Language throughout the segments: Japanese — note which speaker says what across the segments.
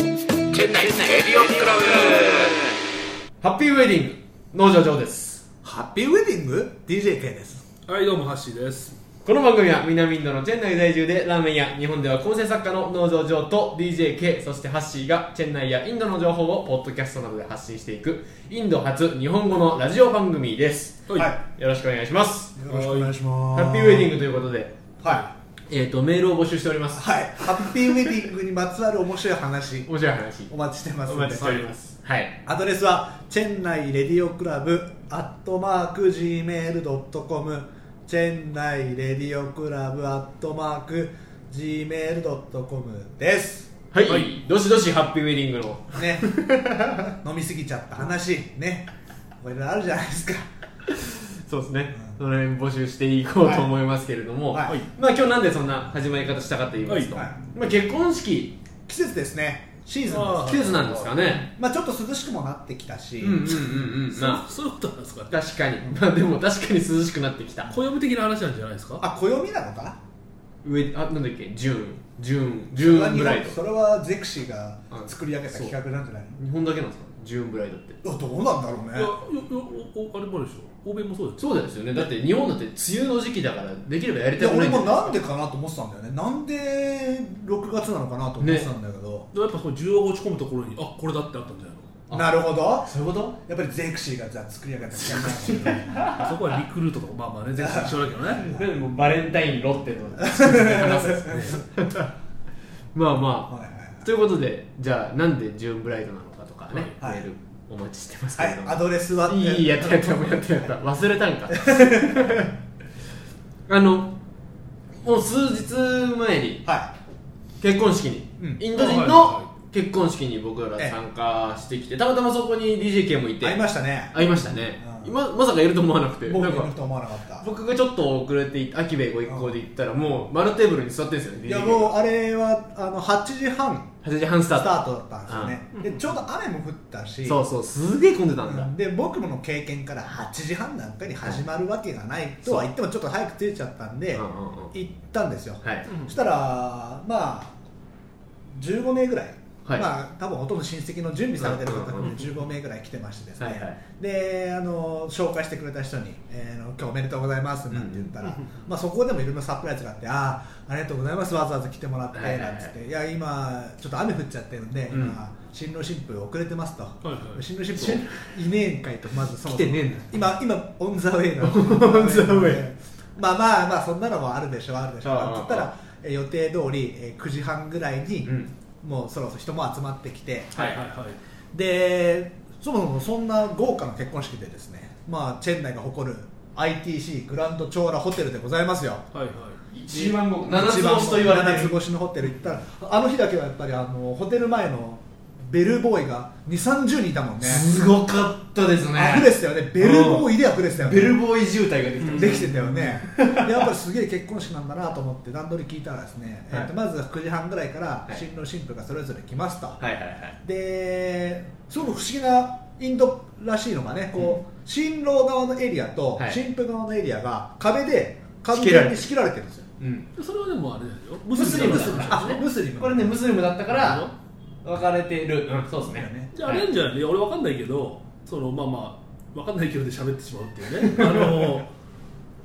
Speaker 1: 店内エリオンクラブ
Speaker 2: ハッピーウェディング農場上です
Speaker 3: ハッピーウェディング ?DJ K です。
Speaker 4: はいどうもハッシーです
Speaker 2: この番組は南インドのチェン内在住でラーメンや日本では構成作家の農場上と DJK そしてハッシーがチェン内やインドの情報をポッドキャストなどで発信していくインド初日本語のラジオ番組です
Speaker 4: はい、
Speaker 2: よろしくお願いします
Speaker 3: よろしくお願いします。
Speaker 2: ハッピーウェディン
Speaker 3: グ。
Speaker 2: グということで、
Speaker 3: は
Speaker 2: えー、とメールを募集しておりま
Speaker 3: い。
Speaker 2: す
Speaker 3: はい。ハッピーウェディングにまつわる面白い話、
Speaker 2: 面白い話
Speaker 3: お待ちしてます
Speaker 2: お
Speaker 3: ので
Speaker 2: 待ちしておりますはい
Speaker 3: アドレスは、チェンナイレディオクラブ、アットマーク、gmail.com、チェンナイレディオクラブ、アットマーク、gmail.com です。
Speaker 2: はい、どしどしハッピーウェディングの
Speaker 3: ね。 飲みすぎちゃった話、ね。これあるじゃないですか。
Speaker 2: そうですね、その辺募集していこうと思いますけれども、
Speaker 3: はいはい
Speaker 2: まあ今日なんでそんな始まり方したかと言いますと、
Speaker 3: はい
Speaker 2: まあ、結婚式
Speaker 3: 季節ですね。シーズンです
Speaker 4: あ
Speaker 2: 季節なんですかね
Speaker 3: まあちょっと涼しくもなってきたし、
Speaker 2: うんうんうんうんま
Speaker 4: そういうことなんですか
Speaker 2: あ確かにまあでも確かに涼しくなってきた
Speaker 4: 暦的な話なんじゃないですか
Speaker 3: あ暦なのかな
Speaker 2: 上あなんだっけジューンジューンジューンブライ
Speaker 3: そ
Speaker 2: ド
Speaker 3: れはゼクシーが作り上げた企画なんじゃない
Speaker 2: 日本だけなんですかジューンブライドって
Speaker 3: のあどうなんだろう
Speaker 4: いやよ
Speaker 3: ね
Speaker 4: よおおあれもあるでしょ欧米もそうですよ
Speaker 2: そうですよねだって日本だって梅雨の時期だからできればやり
Speaker 3: い
Speaker 2: た
Speaker 3: や
Speaker 2: くな
Speaker 3: 俺
Speaker 2: いんだ
Speaker 3: も
Speaker 2: よ
Speaker 3: なんでかなと思ってたんだよねなんで6月なのかなと思ってたんだけど、
Speaker 4: でもやっぱこう需要が落ち込むところにあこれだってあったんじゃない
Speaker 2: あ
Speaker 3: なるほど
Speaker 2: そういうこと
Speaker 3: やっぱりゼクシーがじゃあ作り上げた企画なんだね
Speaker 4: のそこはリクルートとかまあまあね全然一緒だけどね
Speaker 2: なんでもうバレンタインロッテの まあまあ
Speaker 3: はい
Speaker 2: ということでじゃあなんでジューンブライドなのかとかね、
Speaker 3: はい
Speaker 2: メールお待ちしてますけ
Speaker 3: は
Speaker 2: れ
Speaker 3: い
Speaker 2: ど
Speaker 3: はい
Speaker 2: も、
Speaker 3: アドレスはい
Speaker 2: いいいやったやったもうやったやった忘れたんか あのもう数日前に
Speaker 3: は
Speaker 2: 結婚式に、
Speaker 3: うん
Speaker 2: インド人
Speaker 4: はいはい
Speaker 2: の結婚式に僕ら参加してきてたまたまそこに DJK もい
Speaker 3: い
Speaker 2: て
Speaker 3: 会いましたね
Speaker 2: 会いましたね、
Speaker 3: うん
Speaker 2: ままさかいると思わなくて
Speaker 3: 僕
Speaker 2: なん
Speaker 3: もいる
Speaker 2: か
Speaker 3: と思わなかった
Speaker 2: 僕がちょっと遅れていて秋兵衛ご一行で行ったらもう丸テーブルに座ってるんですよね
Speaker 3: いや
Speaker 2: DJK
Speaker 3: もうあれはあの8時半
Speaker 2: 8時半ス
Speaker 3: ス
Speaker 2: タ
Speaker 3: タ
Speaker 2: ート
Speaker 3: ートだったんですよねでちょうど雨も降ったし
Speaker 2: そうそうすげえ混んでたんだ、
Speaker 3: で僕もの経験から8時半なんかに始まるわけがないとは言ってもちょっと早く着いちゃったんで
Speaker 2: うんうんうん
Speaker 3: 行ったんですよ、
Speaker 2: はい、
Speaker 3: そしたらまあ15名ぐらい、
Speaker 2: はい
Speaker 3: まあ多分ほとんど親戚の準備されてる方
Speaker 2: うんうんう
Speaker 3: 含
Speaker 2: ん
Speaker 3: め15名ぐらい来てましてですね、
Speaker 2: はいはい
Speaker 3: であの紹介してくれた人に、えーあの今日おめでとうございます」なんて言ったら、
Speaker 4: うんうん
Speaker 3: まあ、そこでもいろいろサプライズがあって「ああありがとうございますわざわざ来てもらって」
Speaker 2: はいはいはい
Speaker 3: なんつって「いや今ちょっと雨降っちゃってるんで、
Speaker 2: うん
Speaker 3: 今新郎新婦遅れてます」と
Speaker 4: いは
Speaker 3: 「
Speaker 4: い
Speaker 3: 新郎新婦いねえんかい」とまずそも
Speaker 2: 来
Speaker 3: そ
Speaker 2: て
Speaker 3: も
Speaker 2: ねえんだ
Speaker 3: 今今オン・ザ・ウェイなの
Speaker 2: オンザウェイ
Speaker 3: まあまあまあそんなのもあるでしょあるでしょ
Speaker 2: ああ
Speaker 3: って言ったらえー予定通りえー9時半ぐらいに、
Speaker 2: うん
Speaker 3: もうそろそろ人も集まってきて
Speaker 4: はいはいはい
Speaker 3: でそもそもそんな豪華な結婚式でですねまあチェンナイが誇る ITC グランドチョーラホテルでございますよ
Speaker 4: はいはい
Speaker 2: 一番後七つ星と言われて
Speaker 3: 七つ
Speaker 2: る
Speaker 3: 星のホテル行ったらあの日だけはやっぱりあのホテル前のベルボーイが2 3 0人いたもんね
Speaker 2: すごかったですね
Speaker 3: 溢れてたよねベルボーイで溢れてたよね
Speaker 2: ベルボーイ渋滞ができてま
Speaker 3: できてたよねやっぱりすげえ結婚式なんだなと思って段取り聞いたらですね、
Speaker 2: はい
Speaker 3: えっとまず9時半ぐらいから
Speaker 2: はい
Speaker 3: 新郎新婦がそれぞれ来ますと、
Speaker 2: はいはいはい
Speaker 3: ですごく不思議なインドらしいのがねこう、新郎側のエリアと
Speaker 2: はい
Speaker 3: 新婦側のエリアが壁で完
Speaker 2: 仕切られ
Speaker 3: 全
Speaker 2: て
Speaker 3: に
Speaker 2: る
Speaker 3: 仕切られてるんですよ
Speaker 2: うん
Speaker 4: でそれはでもあれだよ
Speaker 2: ムスリムだ
Speaker 4: ム
Speaker 2: から
Speaker 3: あムスリム
Speaker 2: これねムスリムだったから分かれてるうんそうです
Speaker 3: だよね
Speaker 2: ね
Speaker 4: じゃああれなんじゃないのいや俺わかんないけどそのまあまあわかんないけどで喋ってしまうって いうねあの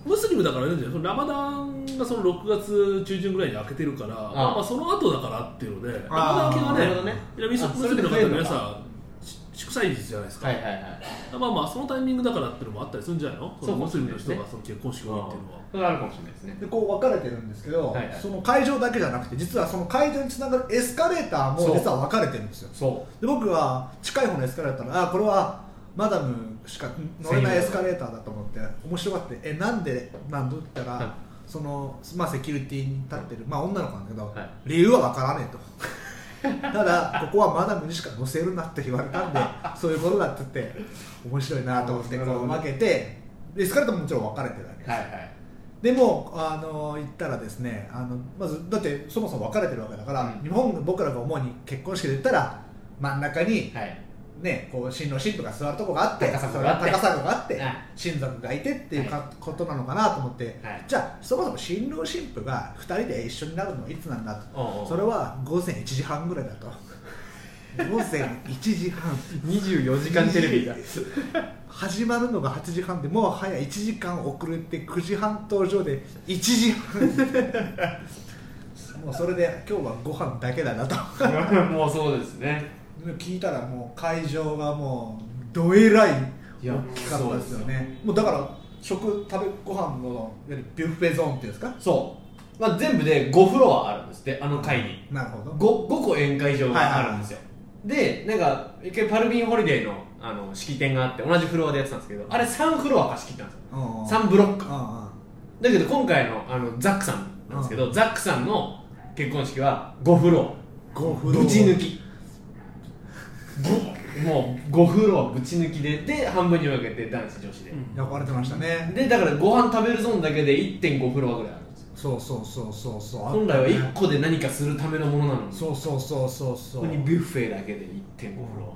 Speaker 4: ムスリムだからあれなんじゃないそのラマダンがその6月中旬ぐらいに開けてるから
Speaker 2: あ
Speaker 4: まあ、その後だからっていうのでラマ
Speaker 3: あー
Speaker 4: ダン
Speaker 2: な
Speaker 4: 系
Speaker 2: るほ
Speaker 4: が
Speaker 2: どね
Speaker 4: ねいやミス
Speaker 2: あ
Speaker 4: ムスリムの方皆さんし祝祭日じゃないですか、
Speaker 2: はいはいはい
Speaker 4: まあまあそのタイミングだからっていうのもあったりするんじゃないのそ
Speaker 2: そう
Speaker 4: のムスリムの人
Speaker 2: そう
Speaker 4: が
Speaker 2: です
Speaker 4: その結婚式を多いっていうのは
Speaker 2: それはあるかもしれないですね
Speaker 3: でこう分かれてるんですけど、
Speaker 2: はいはい
Speaker 3: その会場だけじゃなくて実はその会場につながるエスカレーターも実は分かれてるんですよ
Speaker 2: そ
Speaker 3: で僕は近い方のエスカレーターのあこれはマダムしか乗れないエスカレーターだと思って面白がってえなんでなんだったら、
Speaker 2: はい
Speaker 3: そのまあセキュリティに立ってるまあ女の子なんだけど、
Speaker 2: はい
Speaker 3: 理由はわからねえと ただここはマダムにしか乗せるなって言われたんでそういうことだって言って面白いなと思ってこう負けてエスカレーターももちろん分かれてるわけです、
Speaker 2: はいはい
Speaker 3: でもあの行ったらですねあのまずだってそもそも分かれてるわけだから、
Speaker 2: うん
Speaker 3: 日本僕らが主に結婚式で行ったら真ん中に、
Speaker 2: はい
Speaker 3: ね、こう新郎新婦が座るとこがあって
Speaker 2: 高さがあって
Speaker 3: それ高さがあって、
Speaker 2: はい
Speaker 3: 親族がいてっていうか、
Speaker 2: は
Speaker 3: ことなのかなと思って、
Speaker 2: はい
Speaker 3: じゃあそもそも新郎新婦が2人で一緒になるのはいつなんだと
Speaker 2: おうおう
Speaker 3: それは午前1時半ぐらいだと午前1時半
Speaker 2: 24時間テレビだ
Speaker 3: 始まるのが8時半でもう早1時間遅れて9時半登場で1時半もうそれで今日はご飯だけだなと
Speaker 2: もうそうですね
Speaker 3: 聞いたらもう会場がもうどえらい
Speaker 2: いや
Speaker 3: 大きかったですよねもうだから食食べご飯のいわゆるビュッフェゾーンっていうんですか
Speaker 2: そう、まあ、全部で5フロアあるんですってあの会に
Speaker 3: なるほど
Speaker 2: 5, 5個宴会場があるんですよ、でなんか一回パルビンホリデーのあの式典があって同じフロアでやってたんですけどあれ3フロア貸し切ったんですよ
Speaker 3: うんうん
Speaker 2: 3ブロック
Speaker 3: うんうん
Speaker 2: だけど今回のあのザックさんなんですけど、ザックさんの結婚式は5フロ
Speaker 3: ご
Speaker 2: ア
Speaker 3: 不
Speaker 2: ぶち抜きぶもう5フロアぶち抜きでで半分に分けて男子女子で、
Speaker 3: 焼かれてましたね
Speaker 2: でだからご飯食べるゾーンだけで1.5フロアぐらいあるんですよ
Speaker 3: そうそうそうそうそう
Speaker 2: 本来は1個で何かするためのものなのにこ
Speaker 3: そうそうそうそうそ
Speaker 2: こ
Speaker 3: う
Speaker 2: にビュッフェだけで1.5フロ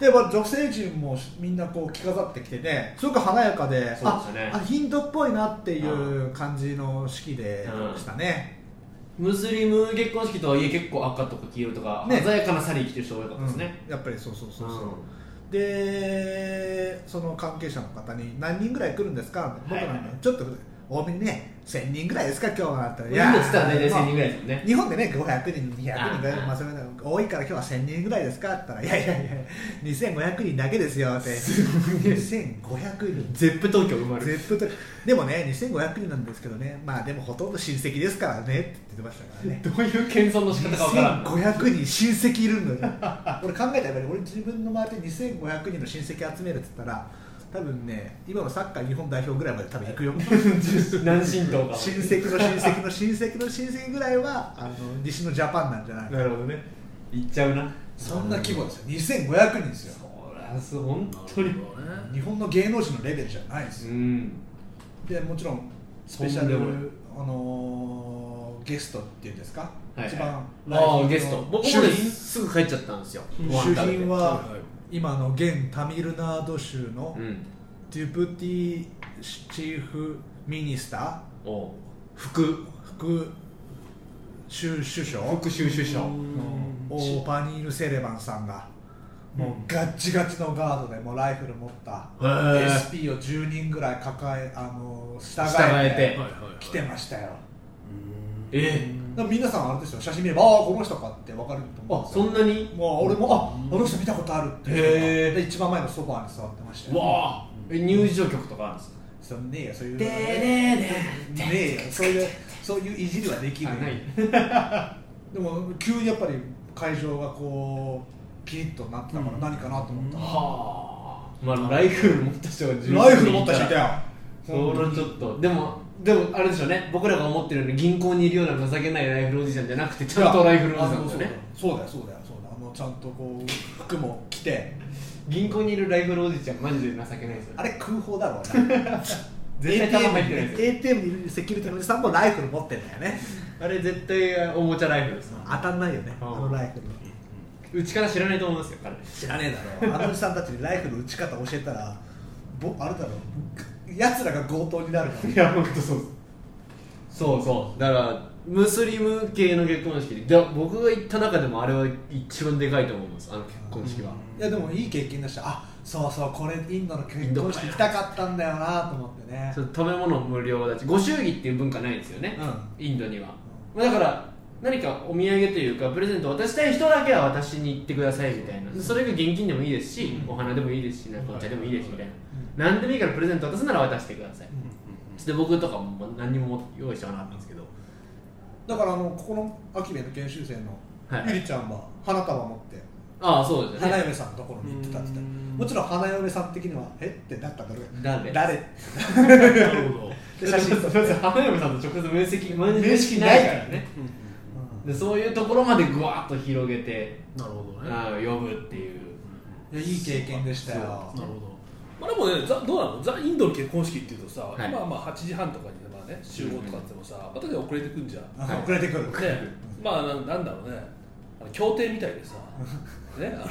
Speaker 3: でまあ女性陣もみんなこう着飾ってきてねすごく華やかで
Speaker 2: そうでしたね
Speaker 3: ああヒンドゥーっぽいなっていう感じの式で
Speaker 2: うん
Speaker 3: したね、
Speaker 2: アムスリム結婚式とはいえ結構赤とか黄色とか、
Speaker 3: ね
Speaker 2: 鮮やかなサリー着てる人多かったですね、
Speaker 3: うんやっぱりそうそうそうそう、
Speaker 2: うん
Speaker 3: でその関係者の方に「何人ぐらい来るんですか?」僕なんか、
Speaker 2: はいはい
Speaker 3: ちょっと多めにね1000人ぐらいですか今日は」って
Speaker 2: 今言ってたら大体1000人ぐらいですもんね
Speaker 3: 日本でね500人200人ぐらい
Speaker 2: あ
Speaker 3: まあ、それぐらい多いから今日は1000人ぐらいですかって言ったら「いやいやいや2500人だけですよ」って2500人
Speaker 2: ゼップ東京生まれる
Speaker 3: 絶対取れでもね2500人なんですけどねまあでもほとんど親戚ですからねって言ってましたからね
Speaker 2: どういう謙遜の仕方かわからん
Speaker 3: 2500人親戚いるのに俺考えたらやっぱり俺自分の周りで2500人の親戚集めるって言ったら多分ね今のサッカー日本代表ぐらいまで多分 行くよ
Speaker 2: 南進党か
Speaker 3: 親戚の親戚の親戚の親戚ぐらいはあの西のジャパンなんじゃない
Speaker 2: なるほどね行っちゃうな
Speaker 3: そんな規模ですよ2500人ですよ
Speaker 2: そりゃそう本当に
Speaker 4: なるほどね
Speaker 3: 日本の芸能人のレベルじゃないですよ
Speaker 2: うん
Speaker 3: でもちろんスペシャル
Speaker 2: とんでもない
Speaker 3: あのーゲストっていうんですか、
Speaker 2: はい
Speaker 3: 一番
Speaker 2: ああ
Speaker 3: 来賓の
Speaker 2: ゲスト僕
Speaker 3: 主
Speaker 2: もね
Speaker 3: 賓
Speaker 2: すぐ帰っちゃったんですよ
Speaker 4: うん
Speaker 2: ご飯
Speaker 3: 主
Speaker 2: 食べて
Speaker 3: 賓は
Speaker 4: はいはい
Speaker 3: 今の現タミルナード州の
Speaker 2: うん
Speaker 3: デュプティチーフミニスター
Speaker 2: おう副
Speaker 3: 副州首相
Speaker 2: 副州首相
Speaker 3: オーパニール・セレバンさんがもうガッチガチのガードでもうライフル持った
Speaker 2: へー
Speaker 3: SP を10人ぐらい抱えあの従
Speaker 2: 従
Speaker 3: え
Speaker 2: え
Speaker 3: て
Speaker 4: はい
Speaker 2: て
Speaker 4: はい
Speaker 3: 来てましたよ
Speaker 2: ええ
Speaker 3: だから皆さんあれですよ写真見ればああこの人かって分かると
Speaker 2: あ
Speaker 3: 思
Speaker 2: そ
Speaker 3: うん
Speaker 2: ん
Speaker 3: ですよ
Speaker 2: なに
Speaker 3: もう俺もああの人見たことあるって
Speaker 2: へ
Speaker 3: い
Speaker 2: ー
Speaker 3: う人がで一番前のソファーに座ってましたよ
Speaker 2: わあえ入場曲とかあるんですか
Speaker 3: そんねえよそういう
Speaker 2: で
Speaker 3: ね
Speaker 2: でで
Speaker 3: えよそういうそういういじりはできる
Speaker 2: あ
Speaker 3: よ
Speaker 2: ない
Speaker 3: でも急にやっぱり会場がこうキリッとなってたから何かなと思ったら、
Speaker 2: はあまあライフル持った人が10
Speaker 3: ライフル持った人いたよ
Speaker 2: それちょっとでもでもあれでしょうね僕らが思ってるように銀行にいるような情けないライフルおじちゃんじゃなくてちゃんとライフルおじさんだよね
Speaker 3: そうだよそうだよそうだよあのちゃんとこう服も着て
Speaker 2: 銀行にいるライフルおじちゃんマジで情けないですよ
Speaker 3: あれ空砲だろうな
Speaker 2: 絶対弾入ってないですよ
Speaker 3: ATM にいるセキュリティのおじさんもライフル持ってんだよね
Speaker 2: あれ絶対おもちゃライフルです
Speaker 3: 当たんないよねあ
Speaker 2: うん
Speaker 3: のライフル
Speaker 2: うちから知らないと思いますよ彼
Speaker 3: 知らねえだろあのおじさんたちにライフル打ち方教えたらぼあれだろやつらが強盗になるから
Speaker 2: いや本当そうそうそうだからムスリム系の結婚式でだ僕が行った中でもあれは一番でかいと思いますあの結婚式はい
Speaker 3: やでもいい経験だしあそうそうこれインドの結婚式行きたかったんだよなと思ってね
Speaker 2: そう食べ物無料だしご祝儀っていう文化ないんですよね、インドにはまあだから何かお土産というかプレゼントを渡したい人だけは私に言ってくださいみたいなそれが現金でもいいですし、お花でもいいですしなんかお茶でもいいですみたいな、何でもいいからプレゼント渡すなら渡してください、で僕とかも何にも用意してなかったんですけど
Speaker 3: だからあのここの秋部の研修生の
Speaker 2: はい
Speaker 3: ゆりちゃんは花束持って
Speaker 2: ああそうですよ
Speaker 3: 花
Speaker 2: ね
Speaker 3: 嫁さんのところに行ってたって言ってた
Speaker 4: うん
Speaker 3: もちろん花嫁さん的にはえってなったんだろうけど
Speaker 2: 誰
Speaker 3: 誰
Speaker 4: なるほ ど
Speaker 3: で写真撮って
Speaker 2: で花嫁さんと直接面識面識
Speaker 3: ない
Speaker 2: ないからねでそういうところまでぐわっと広げて、
Speaker 4: なるほどねなる
Speaker 2: ああ呼ぶっていう
Speaker 3: うんいやいい経験でしたよ
Speaker 4: ほどまあでもねザどうなのザインドの結婚式っていうとさ、
Speaker 2: い
Speaker 4: 今はまあ8時半とかにまあね集合とかってもさ、またで遅れてくん じゃん
Speaker 3: あ
Speaker 2: はい
Speaker 3: 遅れてくる
Speaker 4: ね、ま あななんだろうねあの協定みたいでさねあ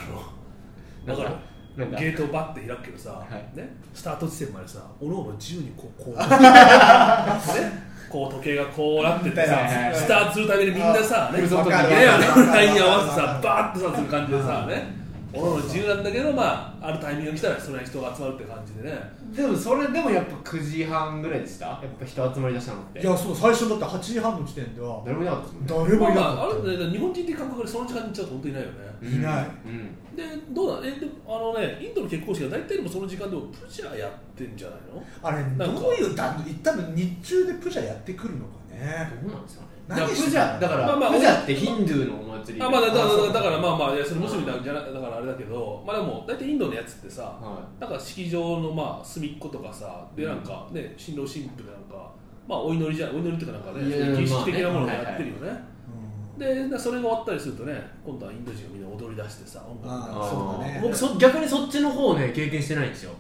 Speaker 4: のだから
Speaker 2: なんだ
Speaker 4: ゲートをバッて開くけどさ、
Speaker 2: い
Speaker 4: ね、スタート地点までさおのおの自由にこう こうねこう時計がこうなっててさ、
Speaker 3: はいはいはい
Speaker 4: スタートするためにみんなさ、
Speaker 2: あ
Speaker 4: ね
Speaker 2: フルソット
Speaker 4: ね
Speaker 2: に
Speaker 4: あ
Speaker 2: ね
Speaker 4: のラインに合わせてさ
Speaker 3: バ
Speaker 4: バーッとさする感じでさねおのおの自由なんだけどまああるタイミングが来たらそれなりに人が集まるって感じでね
Speaker 2: でもそれでもやっぱ9時半ぐらいでしたやっぱ人集まりだしたのって
Speaker 3: いやそう最初だって8時半の時点では
Speaker 2: 誰もいなかったですもんね
Speaker 3: 誰もいな
Speaker 4: まあまあ、
Speaker 3: か
Speaker 4: あ
Speaker 3: っ
Speaker 4: れだね日本人って感覚でその時間に行っちゃうと本当にいないよね
Speaker 3: いない
Speaker 2: うん
Speaker 4: でどうだえでもあのねインドの結婚式は大体でもその時間でもプジャーやってんじゃないの
Speaker 3: たあれ
Speaker 4: なんか
Speaker 3: どういう段多分日中でプジャやってくるのかね
Speaker 2: どうなんですかね
Speaker 3: 何
Speaker 2: だから
Speaker 3: して
Speaker 2: プジャだから、
Speaker 4: まあまあ
Speaker 2: プジャってヒンドゥーのお祭り
Speaker 4: あまあ、だだだ
Speaker 2: あそう
Speaker 4: だからまあまあいやそれムスリムなんじゃないだからあれだけどまあでも大体インドのやつってさ
Speaker 2: は
Speaker 4: なんか式場のまあ隅っことかさでなんかね新郎新婦でなんかまあお祈りじゃお祈りとかなんかね
Speaker 2: いやいや
Speaker 4: 儀式的なものを
Speaker 2: まあね
Speaker 4: やってるよね
Speaker 3: うん
Speaker 4: でなそれが終わったりするとね今度はインド人がみんな踊り出してさ音楽
Speaker 3: あーそうだね
Speaker 2: あ僕そ逆にそっちの方をね経験してないんですよ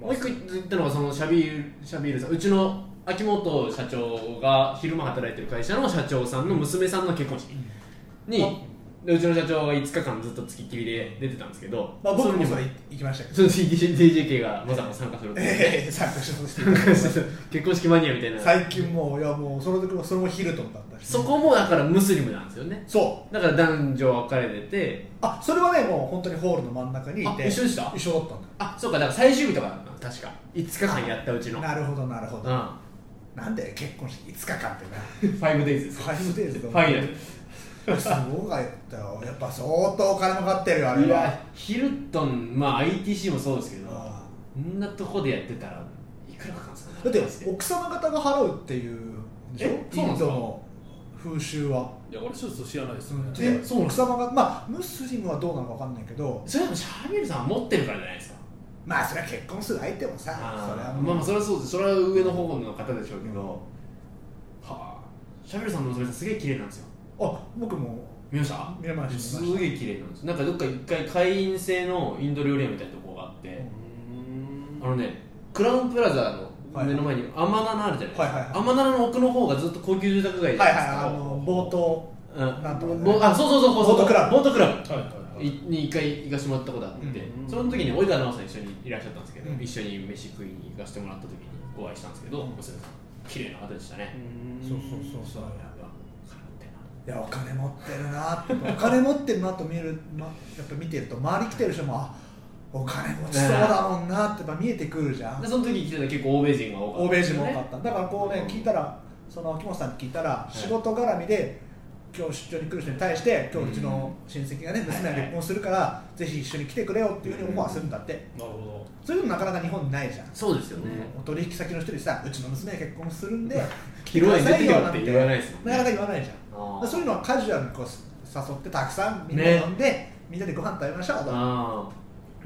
Speaker 2: もう一個言ったのがそのシャビールシャビールさんうちの秋元社長が昼間働いてる会社の社長さんの娘さんの結婚式に、でうちの社長が5日間ずっと付きっきりで出てたんですけど、
Speaker 3: まあ僕も
Speaker 2: そ
Speaker 3: そ
Speaker 2: れ
Speaker 3: れ
Speaker 2: にも
Speaker 3: 行きましたけど
Speaker 2: その DJK がまさか参加するっていうね
Speaker 3: ええ参加しようとして
Speaker 2: 参加して結婚式マニアみたいな
Speaker 3: 最近もういやもうそれでそれもヒルトンだったし
Speaker 2: そこもだからムスリムなんですよね
Speaker 3: そう
Speaker 2: だから男女分かれてて
Speaker 3: あそれはねもう本当にホールの真ん中にいて
Speaker 2: あ一緒でした
Speaker 3: 一緒だったんだ
Speaker 2: あそうかだから最終日とかだったの確か5日間やったうちの
Speaker 3: なるほどなるほど、
Speaker 2: う
Speaker 3: なんで結婚式5日間 ってな
Speaker 2: ん 5days です
Speaker 3: ファイブデイズ
Speaker 2: ファイナル
Speaker 3: すごかったよやっぱ相当お金もかってるよあれ
Speaker 2: い
Speaker 3: は
Speaker 2: やヒルトンまあ ITC もそうですけどこ
Speaker 3: あ
Speaker 2: んなとこでやってたらいくらかかるんですか
Speaker 3: あ
Speaker 2: ね
Speaker 3: だって
Speaker 2: マジで
Speaker 3: 奥様方が払うっていうんでしょ
Speaker 2: えそう
Speaker 3: イ
Speaker 2: なん
Speaker 3: ン
Speaker 2: です
Speaker 3: ド
Speaker 2: か
Speaker 3: の風習は、
Speaker 4: いや俺ちょっと知らないですね
Speaker 2: え
Speaker 3: で
Speaker 2: そうなん
Speaker 3: 奥
Speaker 2: です
Speaker 3: 様がまあムスリムはどうなのかわかんないけど
Speaker 2: それでもシャビルさんは持ってるからじゃないですか
Speaker 3: まあそれは結婚する相手もさそれは
Speaker 2: あー
Speaker 3: も
Speaker 2: ま
Speaker 3: う、
Speaker 2: あまあそれはそうですそれは上の方の方でしょうけどはあシャビルさんの娘さんすげえ綺麗なんですよ
Speaker 3: あ僕も
Speaker 2: 見ました
Speaker 3: 見ました
Speaker 2: す
Speaker 3: 見まし
Speaker 2: げえ綺麗なんですなんかどっか一回会員制のインド料理屋みたいなとこがあって、
Speaker 3: うん
Speaker 2: あのねクラウンプラザの目の前にアマナナあるじゃないですか、
Speaker 3: はいはいはい
Speaker 2: アマナナの奥の方がずっと高級住宅街じ
Speaker 3: た
Speaker 2: ゃ
Speaker 3: はい
Speaker 2: ないで
Speaker 3: はい
Speaker 2: すか、
Speaker 3: あの冒頭
Speaker 2: うん
Speaker 3: なんとかね
Speaker 2: ぼあそうそうそうそう
Speaker 3: ボートクラブ
Speaker 2: ボートクラ
Speaker 4: はいはい
Speaker 2: ブ
Speaker 4: はい
Speaker 2: いに一回行かしてもらったことあって、
Speaker 3: うん
Speaker 2: その時に及川直さん一緒にいらっしゃったんですけど、
Speaker 3: うん
Speaker 2: 一緒に飯食いに行かせてもらった時にお会いしたんですけど、
Speaker 3: うん
Speaker 2: 娘さん綺麗な方でしたね、
Speaker 3: そうそうそうそう
Speaker 2: やばかってない
Speaker 3: やお金持ってるなってお金持ってるなと見る、ま、やっぱ見てると周り来てる人もあお金持ちそうだもんなってやっぱ見えてくるじゃん
Speaker 2: でその時に来てた結構欧米人が多かった
Speaker 3: 欧米人も多か
Speaker 2: ね
Speaker 3: っただからこうね
Speaker 2: うん
Speaker 3: 聞いたらその秋元さんに聞いたら
Speaker 2: い
Speaker 3: 仕事絡みで今日出張に来る人に対して今日うちの親戚がね
Speaker 2: ん
Speaker 3: 娘が結婚するからぜひ一緒に来てくれよっていうふうにオファーするんだって
Speaker 4: なるほ
Speaker 3: そういうのなかなか日本にないじゃん
Speaker 2: そうですよね、
Speaker 3: お取引先の人にさうちの娘が結婚するんで来てく
Speaker 2: 広
Speaker 3: だ
Speaker 2: い出
Speaker 3: さ
Speaker 2: て
Speaker 3: い
Speaker 2: よ
Speaker 3: よ
Speaker 2: っ
Speaker 3: なん
Speaker 2: て
Speaker 3: て
Speaker 2: 言わないですもん
Speaker 3: なかなか言わないじゃん
Speaker 2: あー
Speaker 3: でそういうのはカジュアルにこう誘ってたくさんみんな
Speaker 2: ね
Speaker 3: 呼んで、みんなでご飯食べましょうと、
Speaker 2: ああ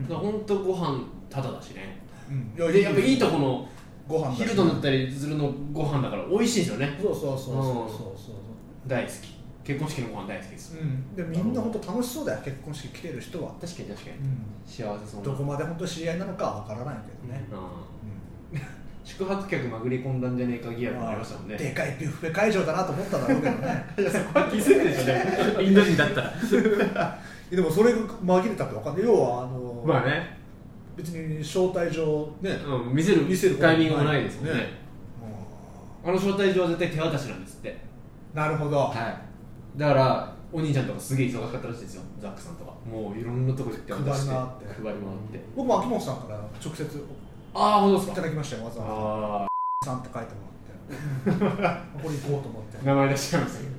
Speaker 2: だからほんとご飯タダだしね
Speaker 3: うんい
Speaker 2: でやっぱいいとこの
Speaker 3: ご飯だし
Speaker 2: ヒルトンだったりするのご飯だから美味しいんですよね
Speaker 3: そうそうそうそうそう
Speaker 2: 大好き結婚式のご飯大好きです
Speaker 3: そう、うん、でみんな本当楽しそうだよ結婚式来てる人は、
Speaker 2: 確かに確かに
Speaker 3: う、
Speaker 2: 幸せそうんな
Speaker 3: どこまで本当知り合いなのかは分からないけどね、
Speaker 2: ああ
Speaker 3: うん
Speaker 2: 宿泊客まぐれ込んだんじゃねえかギアもありましたもん
Speaker 3: で
Speaker 2: ね
Speaker 3: かいビュッフェ会場だなと思っただろうけどね
Speaker 2: いやそこは気づくでしょでもインド人だったら
Speaker 3: でもそれが紛れたって分かんない要はあ の、
Speaker 2: まあね、
Speaker 3: 別に招待状ね、
Speaker 2: うん、見せる
Speaker 3: 見せる
Speaker 2: タイミングもないですもんね
Speaker 3: ね
Speaker 2: あの招待状は絶対手渡しなんですって
Speaker 3: うんなるほど、
Speaker 2: はいだからお兄ちゃんとかすげえ忙しかったらしいですよザックさんとかもういろんなとこ行って
Speaker 3: 配り回って
Speaker 2: 配り回って
Speaker 3: 僕も秋元さんから直接い
Speaker 2: ああ本当です
Speaker 3: た
Speaker 2: か
Speaker 3: だきましたよわざわざ
Speaker 2: あ
Speaker 3: さんって書いても らってここに行こうと思って
Speaker 2: あ名前出しちゃいましたけどね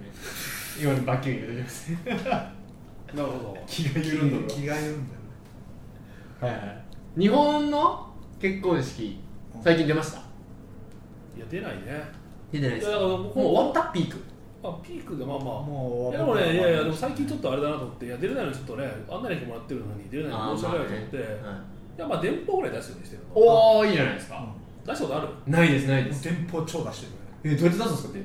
Speaker 2: 今のバキュン入れてきますね
Speaker 4: どなるほど
Speaker 2: 気が緩んだ
Speaker 3: 気が緩んだよね
Speaker 2: ろはいはい日本の結婚式最近出ました
Speaker 4: いや出ないね
Speaker 2: 出てない
Speaker 4: い
Speaker 2: で
Speaker 4: や
Speaker 2: す
Speaker 4: だか
Speaker 2: か
Speaker 4: ら
Speaker 2: もう
Speaker 4: 僕も
Speaker 2: 終わったピーク
Speaker 4: まあ、ピークがまあまあ
Speaker 3: もう
Speaker 4: いやでもねいやいやでも最近ちょっとあれだなと思っていや出れないのちょっとねあんなにもらってるのに出れないの申し訳ないと思って、いやまあ電報ぐらい出すようにしてるの
Speaker 2: おおいいじゃないですか
Speaker 3: う
Speaker 4: 出したことある
Speaker 2: ないですない
Speaker 3: ん
Speaker 2: で
Speaker 3: もう
Speaker 2: す
Speaker 3: 電報超出してるよ
Speaker 2: えど
Speaker 3: ね
Speaker 2: うやって出すんですか電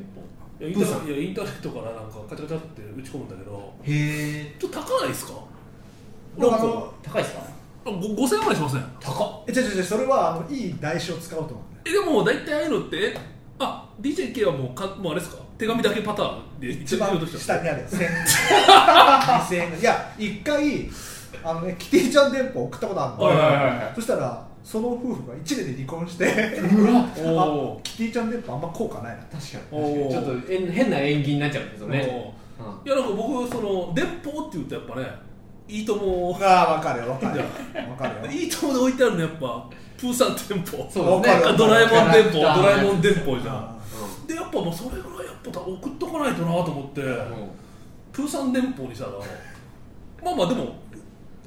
Speaker 4: い
Speaker 2: 報
Speaker 4: やインターいやインターネットからなんかカチャカチャって打ち込むんだけど
Speaker 2: へえ
Speaker 4: ちょっと高ないですか
Speaker 3: だ
Speaker 4: なん
Speaker 3: から
Speaker 4: か
Speaker 3: あの
Speaker 2: 高いですか
Speaker 4: ご5000円ぐらいしません
Speaker 2: 高っ
Speaker 3: え違う違う違うそれはあのいい台紙を使おうと思うんだよ
Speaker 4: えでも大体ああいうのってえあ DJK はもうかもうあれですか手紙だけパターンで
Speaker 3: 一
Speaker 4: 一
Speaker 3: 番
Speaker 4: 応どうした
Speaker 3: 下にある1000円 2000円いや一回あのねキティちゃん電報送ったことあるの、
Speaker 4: はいはい
Speaker 2: はいはい
Speaker 3: そしたらその夫婦が1年で離婚して
Speaker 2: う わ
Speaker 3: あキティちゃん電報あんま効果ないな
Speaker 2: 確かに
Speaker 4: おー
Speaker 2: ちょっとえん変な縁起になっちゃうんですよね
Speaker 4: もういやなんか僕その電報って言うとやっぱねいいとも
Speaker 3: ああ分かるよ分かるよ分かるよ
Speaker 4: いいともで置いてあるのやっぱプーさん店舗
Speaker 2: そうです
Speaker 3: わ
Speaker 2: ね
Speaker 3: か
Speaker 4: あ
Speaker 3: る
Speaker 4: ドラえもん電報ド
Speaker 2: わかる
Speaker 4: ラえもん電報じゃん
Speaker 3: あ
Speaker 4: でやっぱもうそれぐらいやっぱ送っとかないとなと思って
Speaker 2: うんうん
Speaker 4: プーさん電報にしたらまあまあでも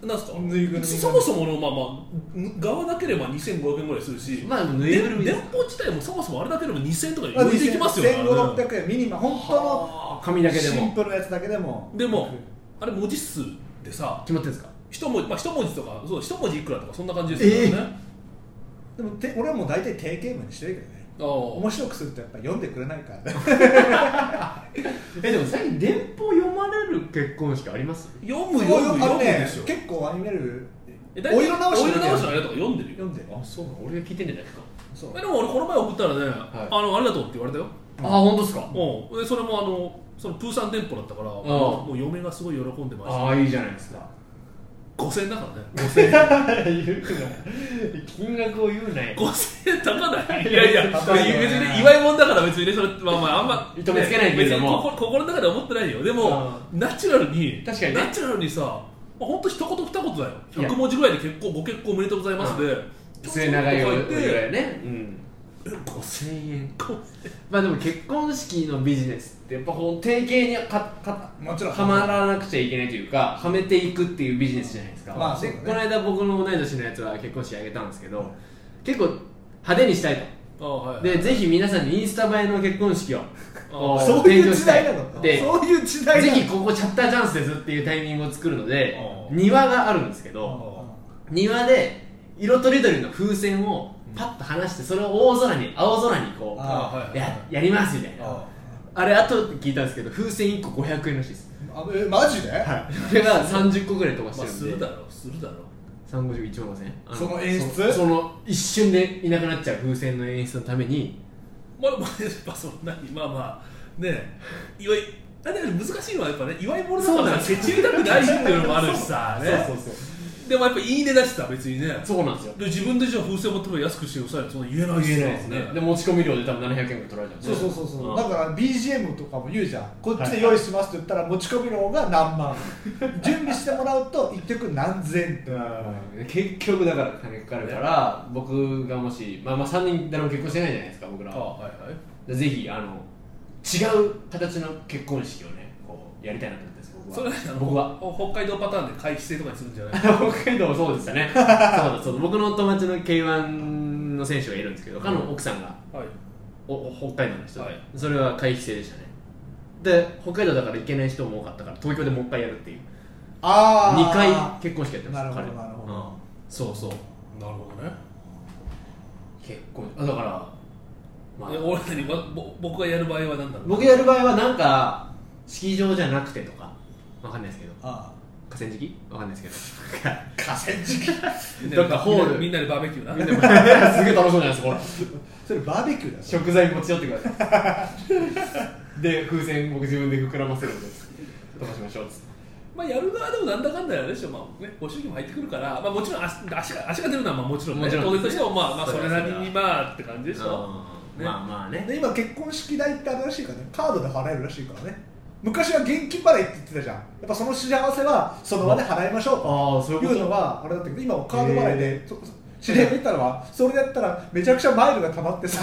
Speaker 4: なんすか
Speaker 3: ぬいぐるみが
Speaker 4: そもそものまあまあ側なければ2500円ぐらいするし、
Speaker 2: まあでもぬい
Speaker 4: で
Speaker 2: ぐるみ
Speaker 4: 電
Speaker 2: です
Speaker 4: 報自体もそもそもあれだけでも2000円とか
Speaker 3: あ
Speaker 4: 余裕でいきますよね
Speaker 3: 1600円ミニマム本
Speaker 2: 紙だ
Speaker 3: 当
Speaker 2: け
Speaker 3: の
Speaker 2: で
Speaker 3: シン
Speaker 2: も
Speaker 3: プルなやつだけでも
Speaker 4: でもあれ文字数でさ
Speaker 2: 決まってるんですか
Speaker 4: 一文字、まあ、一文字とかそう一文字いくらとかそんな感じですよね、
Speaker 3: でもて俺はもう大体定型文にしてるけどね
Speaker 4: ああ
Speaker 3: 面白くするとやっぱ読んでくれないからね
Speaker 2: えでも最近電報読まれる結婚式あります
Speaker 4: 読む読む
Speaker 3: あ
Speaker 4: 読
Speaker 3: の
Speaker 4: む
Speaker 3: ね
Speaker 4: でしょ
Speaker 3: 結構アニメる
Speaker 4: え大体
Speaker 3: お色直し
Speaker 4: お色直しのあれとか読んでるよ
Speaker 3: 読んでる
Speaker 2: そう俺が聞いてんじゃないですか
Speaker 3: そう
Speaker 4: えでも俺この前送ったらね、あのありがとうって言われたよ、
Speaker 2: あ本当ですか
Speaker 4: うん、でそれもあのそのプーさん店舗だったからもう嫁がすごい喜んでました
Speaker 2: ああいいじゃないです か
Speaker 4: 5000円だからね
Speaker 2: 5000円言うな金額を言うなよ
Speaker 4: 5000円高ないいやいや別
Speaker 3: 高いよね
Speaker 4: にね祝い物だから別にねそれまあまああんま
Speaker 2: 認めつけないんだけども
Speaker 4: ね別に心心の中では思ってないよでもナチュラルに
Speaker 2: 確かにね
Speaker 4: ナチュラルにさまあ本当一言二言だよ
Speaker 2: いや
Speaker 4: 100文字ぐらいで結構ご結婚おめでとうございますで
Speaker 2: 末永いを
Speaker 4: 書
Speaker 2: 言
Speaker 4: いう
Speaker 2: ぐら
Speaker 4: て
Speaker 2: いねうん5000円
Speaker 4: こう
Speaker 2: まあでも結婚式のビジネスってやっぱこう定型にかか
Speaker 3: もちろん
Speaker 2: はまらなくちゃいけないというかはめていくっていうビジネスじゃないですか、
Speaker 3: まあそうだ
Speaker 2: で
Speaker 3: ね
Speaker 2: この間僕の同い年のやつは結婚式あげたんですけど結構派手にしたい
Speaker 4: ああはい
Speaker 2: とでぜひ皆さんにインスタ映えの結婚 式をこ
Speaker 3: そういう時代な
Speaker 2: 提
Speaker 3: の
Speaker 2: 供したい
Speaker 3: そういう時
Speaker 2: で
Speaker 3: 代
Speaker 2: ぜ
Speaker 3: なの
Speaker 2: ひここチャッターチャンスですっていうタイミングを作るので
Speaker 4: あー
Speaker 2: 庭があるんですけ
Speaker 3: う
Speaker 2: ど
Speaker 3: ん
Speaker 2: 庭で色とりどりの風船をパッと離してそれを大空に青空にこ
Speaker 4: ああはいはい
Speaker 2: うややりますみたいな
Speaker 3: あ
Speaker 2: あれ後で聞いたんですけど風船1個500円らしいです
Speaker 3: あえマジで、
Speaker 2: はいそれが30個ぐらい飛ばし
Speaker 4: まあす
Speaker 2: てる
Speaker 4: る
Speaker 2: ん
Speaker 4: だ
Speaker 2: で、
Speaker 4: ろうするだろう
Speaker 2: 351万5000円あ
Speaker 3: その演出
Speaker 2: そその一瞬でいなくなっちゃう風船の演出のために
Speaker 4: まあまあやっぱそんなにまあまあねえ祝いあだけど難しいのはやっぱね祝い物だ
Speaker 2: そう
Speaker 4: か
Speaker 2: なん
Speaker 4: ら
Speaker 2: で
Speaker 4: させちりたくないっていうのもあるしさね
Speaker 3: そうそうそう
Speaker 4: でもやっぱいいねだしさ別にね
Speaker 2: そうなんですよ
Speaker 4: で自分でじゃあ風船持っても安くしてくださいそんな言えないし
Speaker 2: 言
Speaker 4: さ
Speaker 2: えないですねで持ち込み料で多分700円ぐらい取られちゃうんで
Speaker 3: そうそうそうそう、
Speaker 2: ん
Speaker 3: だから BGM とかも言うじゃんこっちで用意しますって言ったら持ち込みの方が何 万準備してもらうと一曲何千って
Speaker 2: うん結局だから金かかるから僕がもし、まあ、まあ3人誰も結婚してないじゃないですか僕ら
Speaker 4: あ
Speaker 2: は
Speaker 4: はいはい
Speaker 2: ぜひあの違う形の結婚式をねこうやりたいなと思ってるんです
Speaker 4: それはあの
Speaker 2: 僕は僕は
Speaker 4: 北海道パターンで回避制とかにするんじゃない
Speaker 2: 北海道もそうでした ねそうだそうだ僕の友達の k 1の選手がいるんですけど彼の奥さんが
Speaker 4: はい
Speaker 2: おお北海道の人で、
Speaker 4: はい
Speaker 2: それは回避制でしたねで北海道だから行けない人も多かったから東京でもう一回やるっていう
Speaker 3: あ
Speaker 2: 2回
Speaker 3: あ
Speaker 2: 結婚式やってました
Speaker 3: なるほど
Speaker 2: 彼は
Speaker 3: なるほど
Speaker 2: うんそうそう
Speaker 4: なるほどね
Speaker 2: 結婚あだから、まあ
Speaker 4: で俺らにわぼ僕がやる場合は何だろう
Speaker 2: 僕やる場合はなんか式場じゃなくてとかわかんないですけど
Speaker 3: あ
Speaker 2: 河川敷わかんないですけど
Speaker 3: あ河川敷
Speaker 4: みんな
Speaker 2: どっかホール
Speaker 4: みんなでバーベキューな
Speaker 2: みんなもすげえ楽しそうじゃないですかほら
Speaker 3: それバーベキューだよ
Speaker 2: 食材持ち寄ってくださいで風船僕自分で膨らませるんです飛ばしましょうっつって
Speaker 4: まあやる側でもなんだかんだやるでしょ、まあね、ご祝儀も入ってくるから、まあ、もちろん足足が足が出るのはまあもちろん,、ね、
Speaker 2: もちろん
Speaker 4: 当然としても、まあ、まあ
Speaker 2: そ
Speaker 4: そ
Speaker 2: れ
Speaker 4: れ
Speaker 2: は
Speaker 4: なりにまあって感じでしょ。
Speaker 2: うんまあまあね
Speaker 3: で今結婚式代ってあれらしいからねカードで払えるらしいからね昔は現金払いって言ってたじゃんやっぱその幸せはその場で払いましょうと
Speaker 2: ああそう
Speaker 3: いうのはあれだったけど今はカード払いでそ知り合いがいたのはそれやったらめちゃくちゃマイルが溜まっ てさ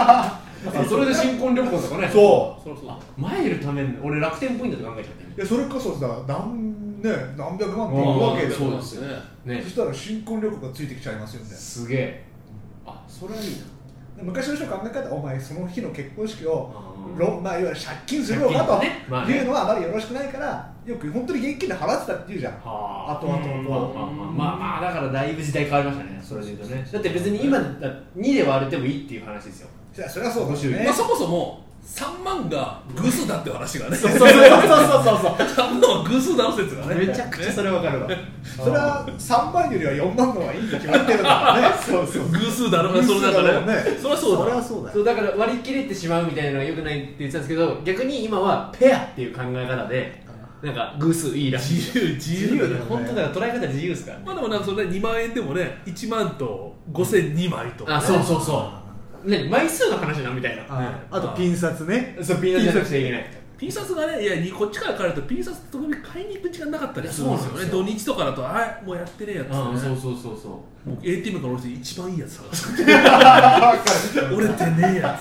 Speaker 2: あそれで新婚旅行とかね
Speaker 3: そ
Speaker 4: そうそう
Speaker 2: うマイル貯めんの俺楽天ポイントで考えちゃって
Speaker 3: いやそれこそさ何,、ね、何百万ってい
Speaker 2: あ
Speaker 3: う
Speaker 2: ー
Speaker 3: わけで
Speaker 2: そ
Speaker 3: そう
Speaker 2: ですよ
Speaker 4: ね。
Speaker 2: ね
Speaker 3: したら新婚旅行がついてきちゃいますよね
Speaker 2: すげえあそれはいいな
Speaker 3: 昔の人の考え方はお前その日の結婚式を
Speaker 2: あー
Speaker 3: ロン、まあ、いわゆる借金するのか
Speaker 2: 借
Speaker 3: と
Speaker 2: 金ねまあね
Speaker 3: いうのはあまりよろしくないからよく本当に現金で払ってたって言うじゃん
Speaker 2: はあ
Speaker 3: 後々
Speaker 2: まあ
Speaker 3: 々
Speaker 2: まあまあまあまあだからだいぶ時代変わりましたねそれで言うとねだって別に今だ2で割れてもいいっていう話ですよ
Speaker 3: じゃあそれはそうだ
Speaker 2: ご祝儀
Speaker 3: ね
Speaker 4: まあ、そもそも3万が偶数だっていう話がね
Speaker 2: そうそうそうそうそう
Speaker 4: 3万は偶数だろ説がね
Speaker 2: めちゃくちゃそれわかるわ
Speaker 3: それは3番よりは4番の方がいいに決まってるんだからねそうそう
Speaker 4: 偶数だろうなそれだから
Speaker 3: 偶数だろうね
Speaker 4: そりゃそうだ
Speaker 3: そりゃそうだ
Speaker 2: そうだから割り切れてしまうみたいなのがよくないって言ってたんですけど逆に今はペアっていう考え方でなんか偶数いいらしい
Speaker 4: 自由自由
Speaker 2: 自
Speaker 4: だ
Speaker 2: 由
Speaker 4: ね
Speaker 2: だよ本当だから捉え方自由ですからね
Speaker 4: まあでもなんかそれ2万円でもね1万と5002枚とか、
Speaker 2: あそうそうそうね枚数の話なみたいな
Speaker 3: ああとピン札ね
Speaker 2: そうピンナッツじゃなくちゃいけ ない
Speaker 4: ピン札がねいやにこっちから帰るとピン札特に買いに行く時間なかったりするんですよ
Speaker 2: い
Speaker 4: ね
Speaker 2: やそう
Speaker 4: 土日とかだとあもうやってねえやつってね、
Speaker 2: うんそうそうそうそう
Speaker 4: もう ATM から降りて一番いいやつ探す
Speaker 3: あ分かる
Speaker 4: 折れてねえや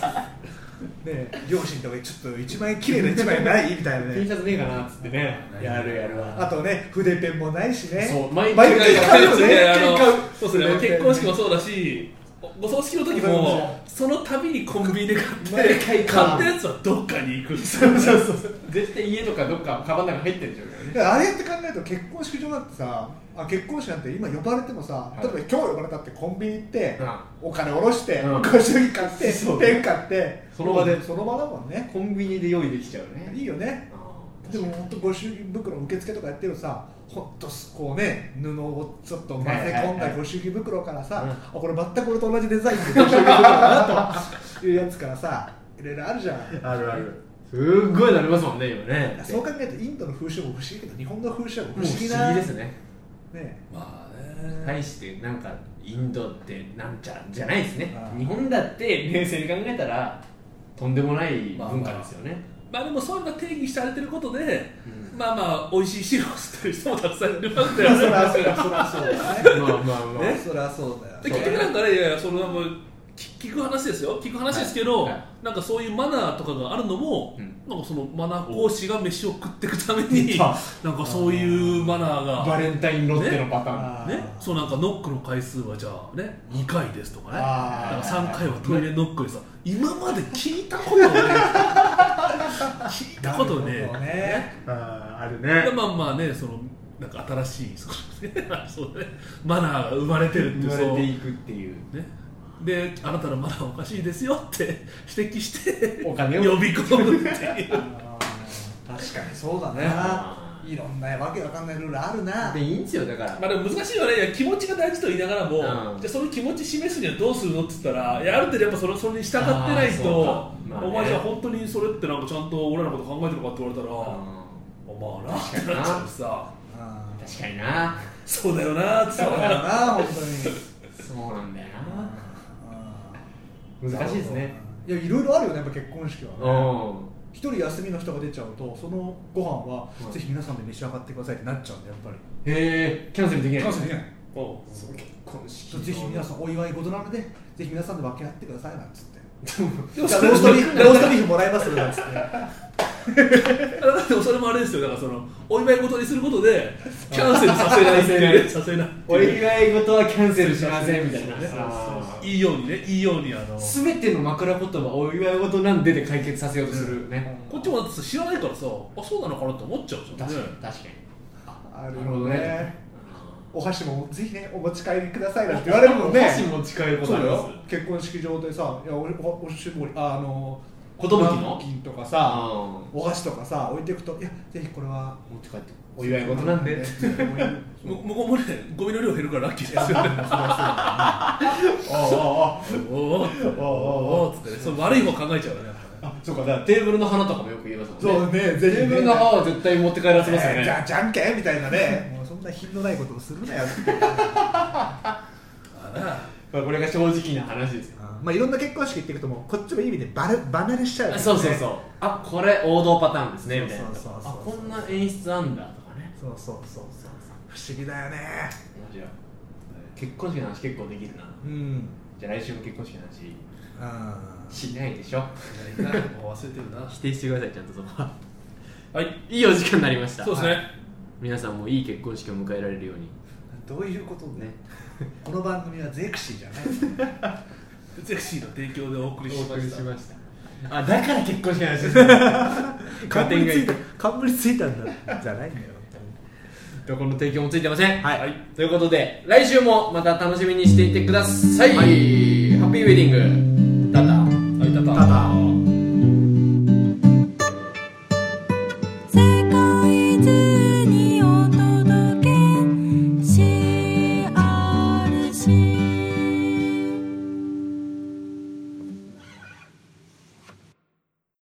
Speaker 3: ね両親とかちょっと1万円綺麗な1枚ないみたいな
Speaker 2: T
Speaker 3: ね
Speaker 2: シャツねえかなっつってねやるやるわ
Speaker 3: あとね筆ペンもないしね
Speaker 2: そう毎
Speaker 4: つ
Speaker 2: 回
Speaker 3: 毎回買うよね
Speaker 4: いやいやあの
Speaker 3: 毎回買う
Speaker 4: そうですね結婚式もそうだしご葬式の時もその度にコンビニで買って買
Speaker 2: 毎回買う
Speaker 4: ったやつはどっかに行くんですよ
Speaker 3: そうそうそう
Speaker 2: 絶対家とかどっかカバンの中入ってるじゃん
Speaker 3: いやあれって考えると結婚式場だってさあ結婚式なんて今呼ばれてもさ、
Speaker 2: い
Speaker 3: 例えば今日呼ばれたってコンビニ行って、
Speaker 2: う
Speaker 3: お金下ろして、
Speaker 2: うん
Speaker 3: ご祝儀買って、
Speaker 2: そう
Speaker 3: ペン買って
Speaker 2: その場で
Speaker 3: その場だもんね
Speaker 2: コンビニで用意できちゃうね
Speaker 3: いいよねでも本当ご祝儀袋受付とかやってるとさほんとこうね布をちょっと混ぜ込
Speaker 2: は
Speaker 3: ん
Speaker 2: いはいは
Speaker 3: だ
Speaker 2: い
Speaker 3: ご祝儀袋からさ、
Speaker 2: うん
Speaker 3: あこれ全く俺と同じデザインでご祝儀袋だなというやつからさいろいろあるじゃん
Speaker 2: あるあるすっごいなりますもんね今ね
Speaker 3: そう考えるとインドの風習も不思議だけど日本の風習も
Speaker 2: も
Speaker 3: 不
Speaker 2: う
Speaker 3: 思
Speaker 2: 不
Speaker 3: 議
Speaker 2: 思
Speaker 3: な
Speaker 2: 議ですね
Speaker 3: ね
Speaker 4: まあね
Speaker 2: 対してなんかインドってなんちゃらじゃないですね
Speaker 3: あー
Speaker 2: 日本だって冷静に考えたらとんでもない文化ですよね、
Speaker 4: まあでもそういうのが定義されてることで、
Speaker 2: う
Speaker 4: まあまあ美味しい汁を吸ってる人もたくさんいるわけ
Speaker 3: そ
Speaker 4: だ
Speaker 3: り
Speaker 4: よ
Speaker 3: ゃ
Speaker 4: ね
Speaker 3: そりゃそうだね
Speaker 2: まあまあまあ、
Speaker 3: ね、そりゃそうだよ
Speaker 4: で結局なんかねいやいやそのもう聞聞く話ですよ聞く話ですけど、
Speaker 2: はいはい
Speaker 4: なんかそういうマナーとかがあるのも、
Speaker 2: うん
Speaker 4: なんかそのマナー講師が飯を食っていくために
Speaker 2: 出た
Speaker 4: なんかそういうマナー
Speaker 2: バ
Speaker 4: が
Speaker 2: レンタインロッテのパターン、
Speaker 3: あー
Speaker 4: ねそうなんかノックの回数はじゃあね2回ですとかね
Speaker 3: あー
Speaker 4: なんか3回はトイレノックでさ今まで聞いたことね聞いたこと
Speaker 3: なる
Speaker 4: ね
Speaker 3: ほどね
Speaker 2: あーある
Speaker 4: でまあまあねそのなんか新しいそのね そうねマナーが生まれてるって
Speaker 2: 生
Speaker 4: いう
Speaker 2: ま
Speaker 4: そう
Speaker 2: れていくっていう
Speaker 4: ね、であなたのマナーおかしいですよって指摘 して
Speaker 2: お金を
Speaker 4: 呼び込むっていう
Speaker 3: 確かにそうだ
Speaker 2: あ
Speaker 3: ねいろんなわけわかんないルールあるな
Speaker 2: でいいんですよだから、
Speaker 4: まあでも難しいよねいや気持ちが大事と言いながらも、
Speaker 2: うん
Speaker 4: じゃあその気持ち示すにはどうするのって言ったらいやある程度やっぱそれそれに従ってない
Speaker 2: あーそう
Speaker 4: と
Speaker 2: か、まあね
Speaker 4: お前じゃあ本当にそれってなんかちゃんと俺らのこと考えてるのかって言われたら、
Speaker 2: うん
Speaker 4: お前なってなっちゃうしさ
Speaker 3: あー
Speaker 2: 確かにな
Speaker 4: そうだよなってさ
Speaker 3: そうだよな本当に
Speaker 2: そうなんだよな
Speaker 3: あー
Speaker 2: 難しいですね
Speaker 3: いやいろいろあるよねやっぱ結婚式
Speaker 2: う
Speaker 3: はね
Speaker 2: ん
Speaker 3: 一人休みの人が出ちゃうとそのご飯は
Speaker 2: うん
Speaker 3: ぜひ皆さんで召し上がってくださいってなっちゃうんだやっぱり
Speaker 2: へえキャンセルできない
Speaker 3: そうですね
Speaker 4: おう
Speaker 2: そう結婚式
Speaker 3: ぜひ皆さんお祝い事なのでぜひ皆さんで分け合ってくださいなんつって
Speaker 4: で
Speaker 3: ロ
Speaker 4: も
Speaker 3: ー
Speaker 4: そ
Speaker 3: スト
Speaker 4: れ
Speaker 3: ビーフ ローストビーフもらいますよなんつって
Speaker 4: でもそれもあれですよだからそのお祝い事にすることでキャンセルさせないっていうねさせない
Speaker 2: お祝い事はキャンセルしませんみたいな
Speaker 4: ね
Speaker 2: あー
Speaker 4: いいようにねいいようにあの
Speaker 2: 全ての枕言葉お祝い事なんでで解決させようとするね、
Speaker 4: こっちもだってさ知らないからさあそうなのかなって思っちゃうじゃん
Speaker 2: 確かに
Speaker 4: ね
Speaker 2: 確かに
Speaker 3: ある
Speaker 2: なるほ
Speaker 3: ほ
Speaker 2: ど
Speaker 3: ど
Speaker 2: ね
Speaker 3: ねお箸もぜひねお持ち帰りくださいなんて言われるもんね
Speaker 2: お箸も近いこと
Speaker 3: そ
Speaker 2: あ
Speaker 3: う
Speaker 2: り
Speaker 3: だ
Speaker 2: ます
Speaker 3: よ結婚式場でさいやおおおしぼりああの
Speaker 2: 寿の
Speaker 3: ナプキンとかさ
Speaker 2: あ
Speaker 3: お箸とかさ置いていくといやぜひこれは
Speaker 2: 持って帰ってお祝い事なん で
Speaker 4: む向こうもねゴミの量減るからラッキーですよね
Speaker 3: あ
Speaker 4: お おーおーおーおーっつってねその悪い方考えちゃうよねやっぱね
Speaker 2: あそうかだからテーブルの花とかもよく言います
Speaker 3: そ
Speaker 2: もん
Speaker 3: う
Speaker 2: ね
Speaker 3: ねぜひ
Speaker 2: テ
Speaker 3: ね
Speaker 2: ーブルの花は絶対持って帰らせますよね、
Speaker 3: じゃあじゃんけんみたいなねもうそんな品のないことをするなよって
Speaker 4: あら
Speaker 2: まあ、これが正直な話ですよ
Speaker 3: まあいろんな結婚式行っていくともうこっちもいい意味でバレ離れしちゃうよね
Speaker 2: そうそうそうあこれ王道パターンですねみたいな
Speaker 3: そうそうそうそう
Speaker 2: あこんな演出あんだとかね
Speaker 3: そうそうそうそう不思議だよね
Speaker 2: 面白い結婚式の話結構できるな
Speaker 3: うん
Speaker 2: じゃあ来週も結婚式の話
Speaker 3: あー
Speaker 2: しないでしょ
Speaker 4: いないなもう忘れてるな
Speaker 2: 否定してくださいちゃんとそこは
Speaker 4: はい
Speaker 2: いいお時間になりました
Speaker 4: そうですね、
Speaker 2: 皆さんもいい結婚式を迎えられるように
Speaker 3: どういうことね
Speaker 2: ね
Speaker 3: この番組はゼクシーじゃ ない
Speaker 4: ゼクシーの提供でお送りしました
Speaker 2: したあだから結婚式の話ですね 加点がいい
Speaker 3: 冠ついたんだじゃないんだよ
Speaker 2: どこの提供もついてません
Speaker 3: はい
Speaker 2: ということで来週もまた楽しみにしていてください、ハッピーウェディングタタ
Speaker 4: はいたた
Speaker 3: ただ